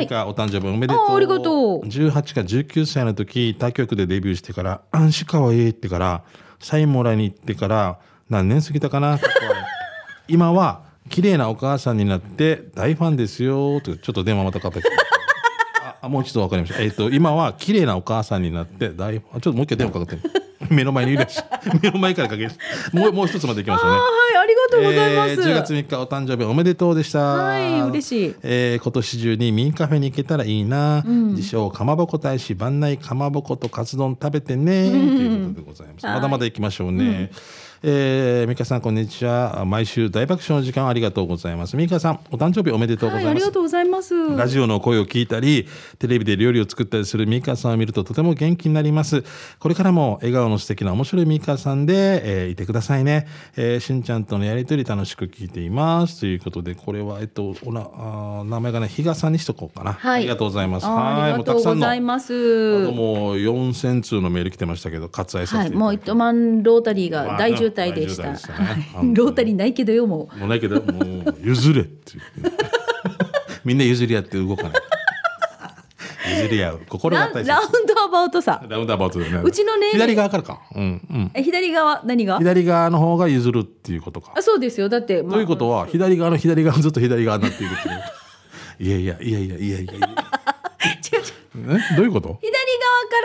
S1: い
S2: みか、お誕生日おめでとう。
S1: あありがとう
S2: 18か19歳の時、他局でデビューしてから、あんしかわいいってから、サインもらいに行ってから、何年過ぎたかな <laughs> 今は、綺麗なお母さんになって、大ファンですよ。と、ちょっと電話またかかってきた。ああ、もう一度わかりました。えっ、と、今は、綺麗なお母さんになって、大ファン、あちょっともう一回電話かかってみる。目の前にいるし、目の前からかけるしもう、もう一つまで行きま
S1: あ
S2: したね。
S1: はい、ありがとうございます。
S2: えー10月3日お誕生日おめでとうでした。
S1: はい嬉しい
S2: えー今年中にミンカフェに行けたらいいな。自称かまぼこ大使番内かまぼことカツ丼食べてね、ということでございます。まだまだ行きましょうね。えー、美香さんこんにちは毎週大爆笑の時間ありがとうございます美香さんお誕生日おめでとうござ
S1: はいい、
S2: ま
S1: あり
S2: す、
S1: がとうございます。
S2: ラジオの声を聞いたりテレビで料理を作ったりするミカさんを見るととても元気になりますこれからも笑顔の素敵な面白いミカさんで、えーいてくださいね、えーしんちゃんとのやりとり楽しく聞いていますということでこれはえっとおなあー名前がね比嘉さんにしとこうかな、
S1: はい
S2: ありがとうございます
S1: ああり
S2: も
S1: がとうござい
S2: の
S1: ます。
S2: あともう4000通のメール来てましたけど割愛さ
S1: は
S2: せ
S1: い、
S2: て
S1: もう
S2: い
S1: 糸満ロータリーが大渋滞でした。
S2: まあ大渋滞でしたね
S1: はい
S2: 本当に
S1: ロータリーないけどよもう。
S2: もうないけどもう譲れっていう
S1: <laughs>
S2: みんな譲り合って動かない譲り合う心が
S1: ラ
S2: 大
S1: ン
S2: 切
S1: ラウンドアバウトさ。
S2: ラウンドアバウトでね。
S1: うちのね
S2: 左側からか。うんうん。
S1: え左側何が？
S2: 左側の方が譲るっていうことか。
S1: あ、そうですよ。だって。
S2: ということは左側の左側ずっと左側になっているっ
S1: <laughs>
S2: ていう。いやいやいやいやいやいやいや。
S1: まあ <laughs> 違う違う
S2: えどういうこと？
S1: 左側か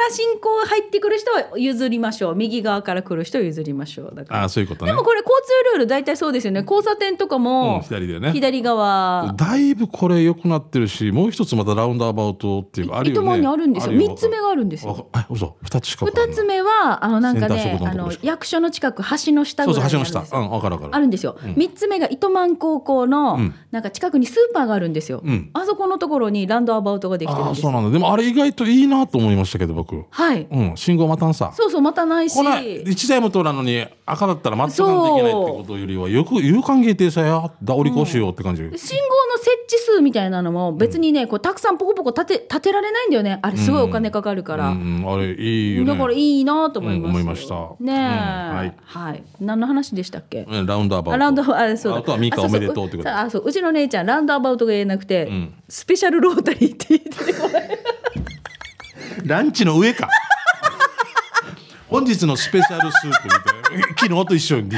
S1: ら進行入ってくる人は譲りましょう。右側から来る人は譲りましょう。だから。
S2: あそういうことね
S1: でも。これ交通ルール大体そうですよね。交差点とかも、
S2: うん左だよね
S1: 左側。
S2: だいぶこれ良くなってるし、もう一つまたラウンドアバウトっていうある
S1: 糸
S2: よね。
S1: 満にあるんですよ。三つ目があるんですよ。
S2: わか。あ嘘。二つしかわかんない。
S1: 二つ目はあのなんか
S2: セン
S1: ね
S2: ター
S1: あ
S2: 食堂のとこ
S1: の
S2: でしょ
S1: 役所の近く橋の下
S2: そ
S1: ぐ
S2: う
S1: ら
S2: そ
S1: いうにあるん
S2: 橋の
S1: です
S2: 下。
S1: よ。
S2: うんわかるわか
S1: あ
S2: る。
S1: るんですよ。三、つ目が糸満高校の、
S2: ん
S1: なんか近くにスーパーがあるんですよ、
S2: うん
S1: あそこのところにランドアバウトができてるん
S2: あ
S1: です
S2: そうなんだ。でもあれ意外といいなと思いましたけど僕。
S1: はい、
S2: うん信号待たんさ。
S1: そうそうまたないし
S2: こない一台も通らんのに赤だったら待ってなんといけないってことよりはよく有観限定さやだお利口しようって感じ、
S1: 信号の設置数みたいなのも別にね、こうたくさんポコポコ立て立てられないんだよねあれすごいお金かかるから、
S2: うんあれいいよね
S1: だからいいなと思います、
S2: うん思いました
S1: ねえ、
S2: うん
S1: は
S2: はいい、
S1: 何の話でしたっけ、
S2: うんラウンドアバウト
S1: あラウンドあそうだ
S2: あとはミカおめでとうってこと
S1: あそうそうあそううちの姉ちゃんラウンドアバウトが言えなくて、
S2: ん
S1: スペシャルロータリーって言ってこれ
S2: ランチの <laughs> 上か本日のスペシャルスープみたいな昨日と一緒に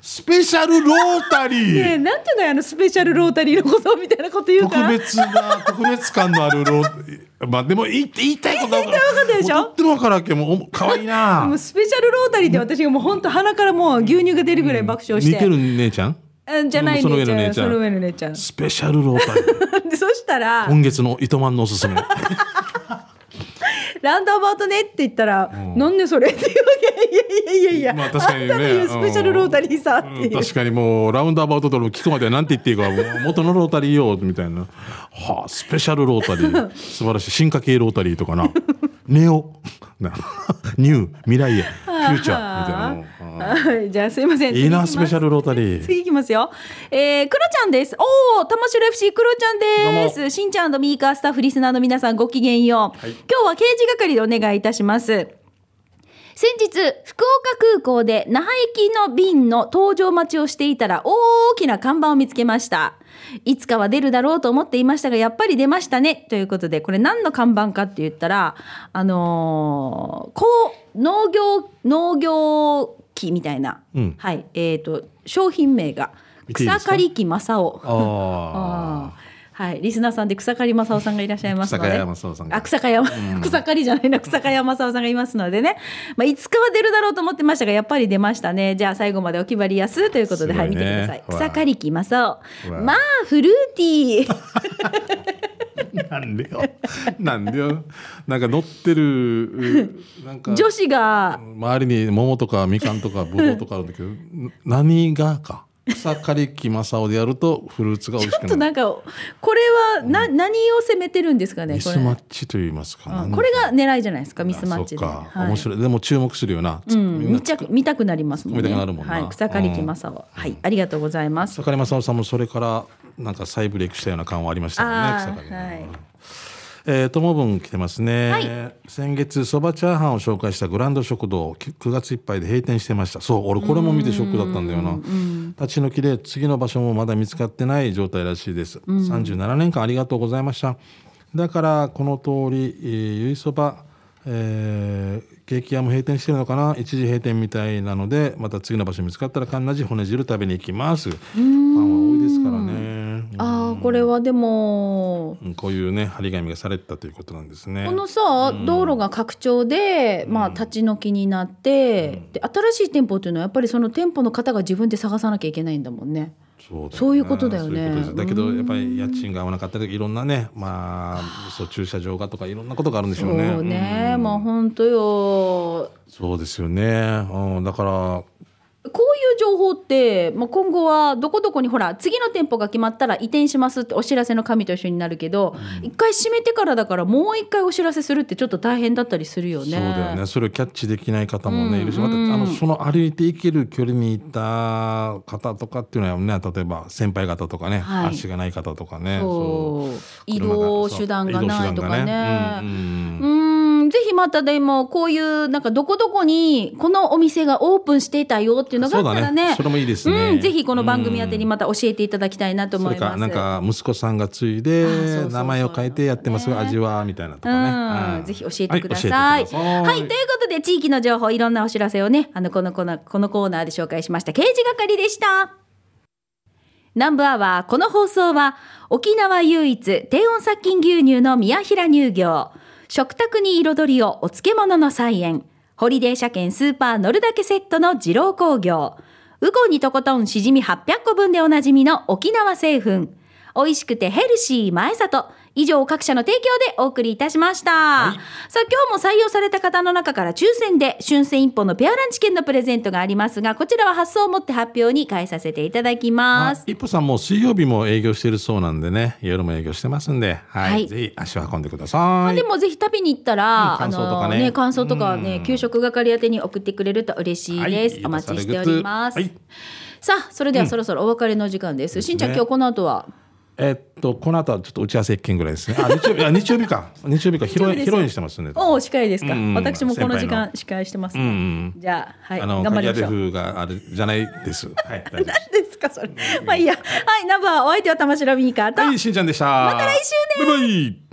S2: スペシャルロータリー、
S1: ねえなんていうのよあのスペシャルロータリーのことみたいなこと言うから
S2: 特別な特別感のあるローまあでも言い言いたいことは分
S1: 言
S2: か
S1: いたいことでしょ
S2: もうとっても分からんけどもうお可愛
S1: <laughs>
S2: いな
S1: もうスペシャルロータリーって私がもう本当鼻からもう牛乳が出るぐらい爆笑して、
S2: 似てる姉ちゃん
S1: うんじゃない
S2: その上の
S1: 姉
S2: 姉
S1: ち
S2: ち
S1: ゃ
S2: ゃ
S1: ん
S2: ん
S1: その上の姉ちゃん <laughs>
S2: スペシャルロータリー
S1: でそしたら
S2: <laughs> 今月の糸満のおすすめ
S1: ランダーバートねって言ったら、
S2: うん
S1: なんでそれっていうわけいやいやいやいや、
S2: まあ確かにね
S1: あんたの言うスペシャルロータリーさっていう、
S2: うん確かにもうラウンドアバウトとの聞くまでは何て言っていいかもう元のロータリーよみたいなはあスペシャルロータリー
S1: <laughs>
S2: 素晴らしい進化系ロータリーとかなネオな <laughs> ニュー未来へフューチャーみたいなもううん
S1: <laughs> はいじゃあすいません
S2: いいな
S1: 次
S2: ス
S1: 行きます
S2: ペシャルロータリー
S1: 次いきますよ。えー、クロちゃんです。おお、玉城 FC クロちゃんで
S2: ど
S1: す。
S2: う
S1: しんちゃんミーカースタッフリスナーの皆さんごきげんよう。今日は刑事係でお願いいたします。先日、福岡空港で那覇行きの便の搭乗待ちをしていたら大きな看板を見つけました。いつかは出るだろうと思っていましたが、やっぱり出ましたね。ということで、これ何の看板かって言ったら、あのーこう、農業、農業機みたいな、
S2: うん
S1: はい、えっ、と、商品名が
S2: 見ていいで
S1: 草
S2: すか
S1: 刈機正雄。
S2: ああ
S1: はい、リスナーさんで草刈正雄さんがいらっしゃいますので
S2: 草刈山正雄さんが
S1: あ草刈山、草刈りじゃないな草刈山正雄さんがいますのでね、まあ、いつかは出るだろうと思ってましたがやっぱり出ましたねじゃあ最後までお決まりやすということで、
S2: す
S1: は
S2: ご
S1: い
S2: い
S1: 見
S2: ね
S1: てください
S2: わあ
S1: 草刈機正雄
S2: わあ
S1: まあフルーティー
S2: なんでよなんでよなんか乗ってるうなんか
S1: 女子が
S2: 周りに桃とかみかんとかぶどうとかあるんだけどん何がか草刈木正雄でやるとフルーツが美味し
S1: ちょっ
S2: く
S1: と
S2: なる
S1: なんかこれはな、何を責めてるんですかね
S2: ミ
S1: こ
S2: スマ
S1: れ
S2: ッチと言いますか、
S1: う
S2: なんんだ
S1: これが狙いじゃないですかミスマッチで、
S2: あそっか、
S1: はい
S2: 面白いでも注目するよな、
S1: う
S2: み
S1: ん、
S2: んな
S1: 見ちゃ見たくなりますもんね。
S2: 見たくなるもんな
S1: はい、草刈木正雄、はい、ありがとうございます。
S2: 草刈正雄さんもそれからなんか再ブレイクしたような感はありましたもんね
S1: あ
S2: 草
S1: ー
S2: 刈
S1: はい
S2: えー、ともぶん来てますね、
S1: はい
S2: 先月そばチャーハンを紹介したグランド食堂き9月いっぱいで閉店してましたそう俺これも見てショックだったんだよな立ち退きで次の場所もまだ見つかってない状態らしいです37年間ありがとうございましただからこの通り、えーゆいそばえーケーキ屋も閉店してるのかな一時閉店みたいなのでまた次の場所見つかったらかんなじ骨汁食べに行きますファンは多いですからね
S1: ああこれはでも
S2: うんこういうね張り紙がされてたということなんですね
S1: このさ、道路が拡張で、まあ、立ち退きになって、で新しい店舗っていうのはやっぱりその店舗の方が自分で探さなきゃいけないんだもんね。
S2: そうだよね
S1: そういうことだよね
S2: そういうことですだけどやっぱり家賃が合わなかったりいろんなねまあそう駐車場がとかいろんなことがあるんでしょうね。
S1: そうね、
S2: うん
S1: まあ本当よ
S2: そうですよね。うんだから
S1: こういう情報って、まあ、今後はどこどこにほら次の店舗が決まったら移転しますってお知らせの紙と一緒になるけど一、回閉めてからだからもう一回お知らせするってちょっと大変だったりするよね。
S2: そうだよね。それをキャッチできない方もね、
S1: うん
S2: いるし、また、
S1: うん
S2: あの、その歩いて行ける距離にいた方とかっていうのはね、例えば先輩方とかね、
S1: はい
S2: 足がない方とかね。
S1: そう移
S2: 車が
S1: 動
S2: そう
S1: 手段がないとか
S2: 移動手段
S1: ね
S2: がう。ん
S1: うーんぜひまたでもこういうなんかどこどこにこのお店がオープンしていたよっていうの
S2: うん
S1: があ
S2: そ
S1: った
S2: う
S1: ら
S2: だ
S1: ね
S2: ね。それもいいですね。
S1: うん、ぜひこの番組宛てに
S2: うん
S1: また教えていただきたいなと思
S2: そ
S1: い
S2: れ
S1: ます。
S2: かなんか息子さんが継い
S1: あーそうそうそ
S2: で
S1: う
S2: 名前を変えてやってますが
S1: そうだね
S2: 味はみたいなとかね、
S1: う、
S2: うんん
S1: ぜひ教えてください。
S2: は
S1: は
S2: 教えてくださ
S1: い、ということで地域の情報いろんなお知らせをねあのこのコーナーこのコーナーで紹介しました刑事係でした。南部アワーこの放送は沖縄唯一低温殺菌牛乳の宮平乳業食卓に彩りをお漬物の菜園ホリデー車検スーパー乗るだけセットの二郎工業ウコンにとことんしじみ800個分でおなじみの沖縄製粉美味しくてヘルシー前里以上各社の提供でお送りいたしました、さあ今日も採用された方の中から抽選で春戦一本のペアランチ券のプレゼントがありますがこちらは発送をもって発表に変えさせていただきます
S2: あ一歩さんも水曜日も営業してるそうなんでね夜も営業してますんで、はい
S1: はい
S2: ぜひ足を運んでください、
S1: でもぜひ旅に行ったら、
S2: うん感想とかね
S1: あのね感想とかね、
S2: うん
S1: 給食係宛てに送ってくれると嬉しいです、
S2: はい
S1: お待ちしております、
S2: はい
S1: さあそれではそろそろお別れの時間です、しんちゃん
S2: ね
S1: 今日この後は
S2: えっとこの後はちょっと打ち合わせ一件ぐらいですねあ日曜日あ日曜日か日曜日か披露
S1: 日曜日ですよ
S2: 披露宴してますんで
S1: おお司会ですか、
S2: うん
S1: 私もこの時
S2: 先輩
S1: 間司会してます、
S2: うんうん
S1: じゃあはい
S2: あの
S1: 頑張りましょう
S2: 風があれじゃないですは
S1: <laughs>
S2: い大丈夫です
S1: 何 <laughs> ですかそれまあいいやはいナンバーお相手は玉城ミーカーと、
S2: はいしんちゃんでしたまた来週ねバイバイ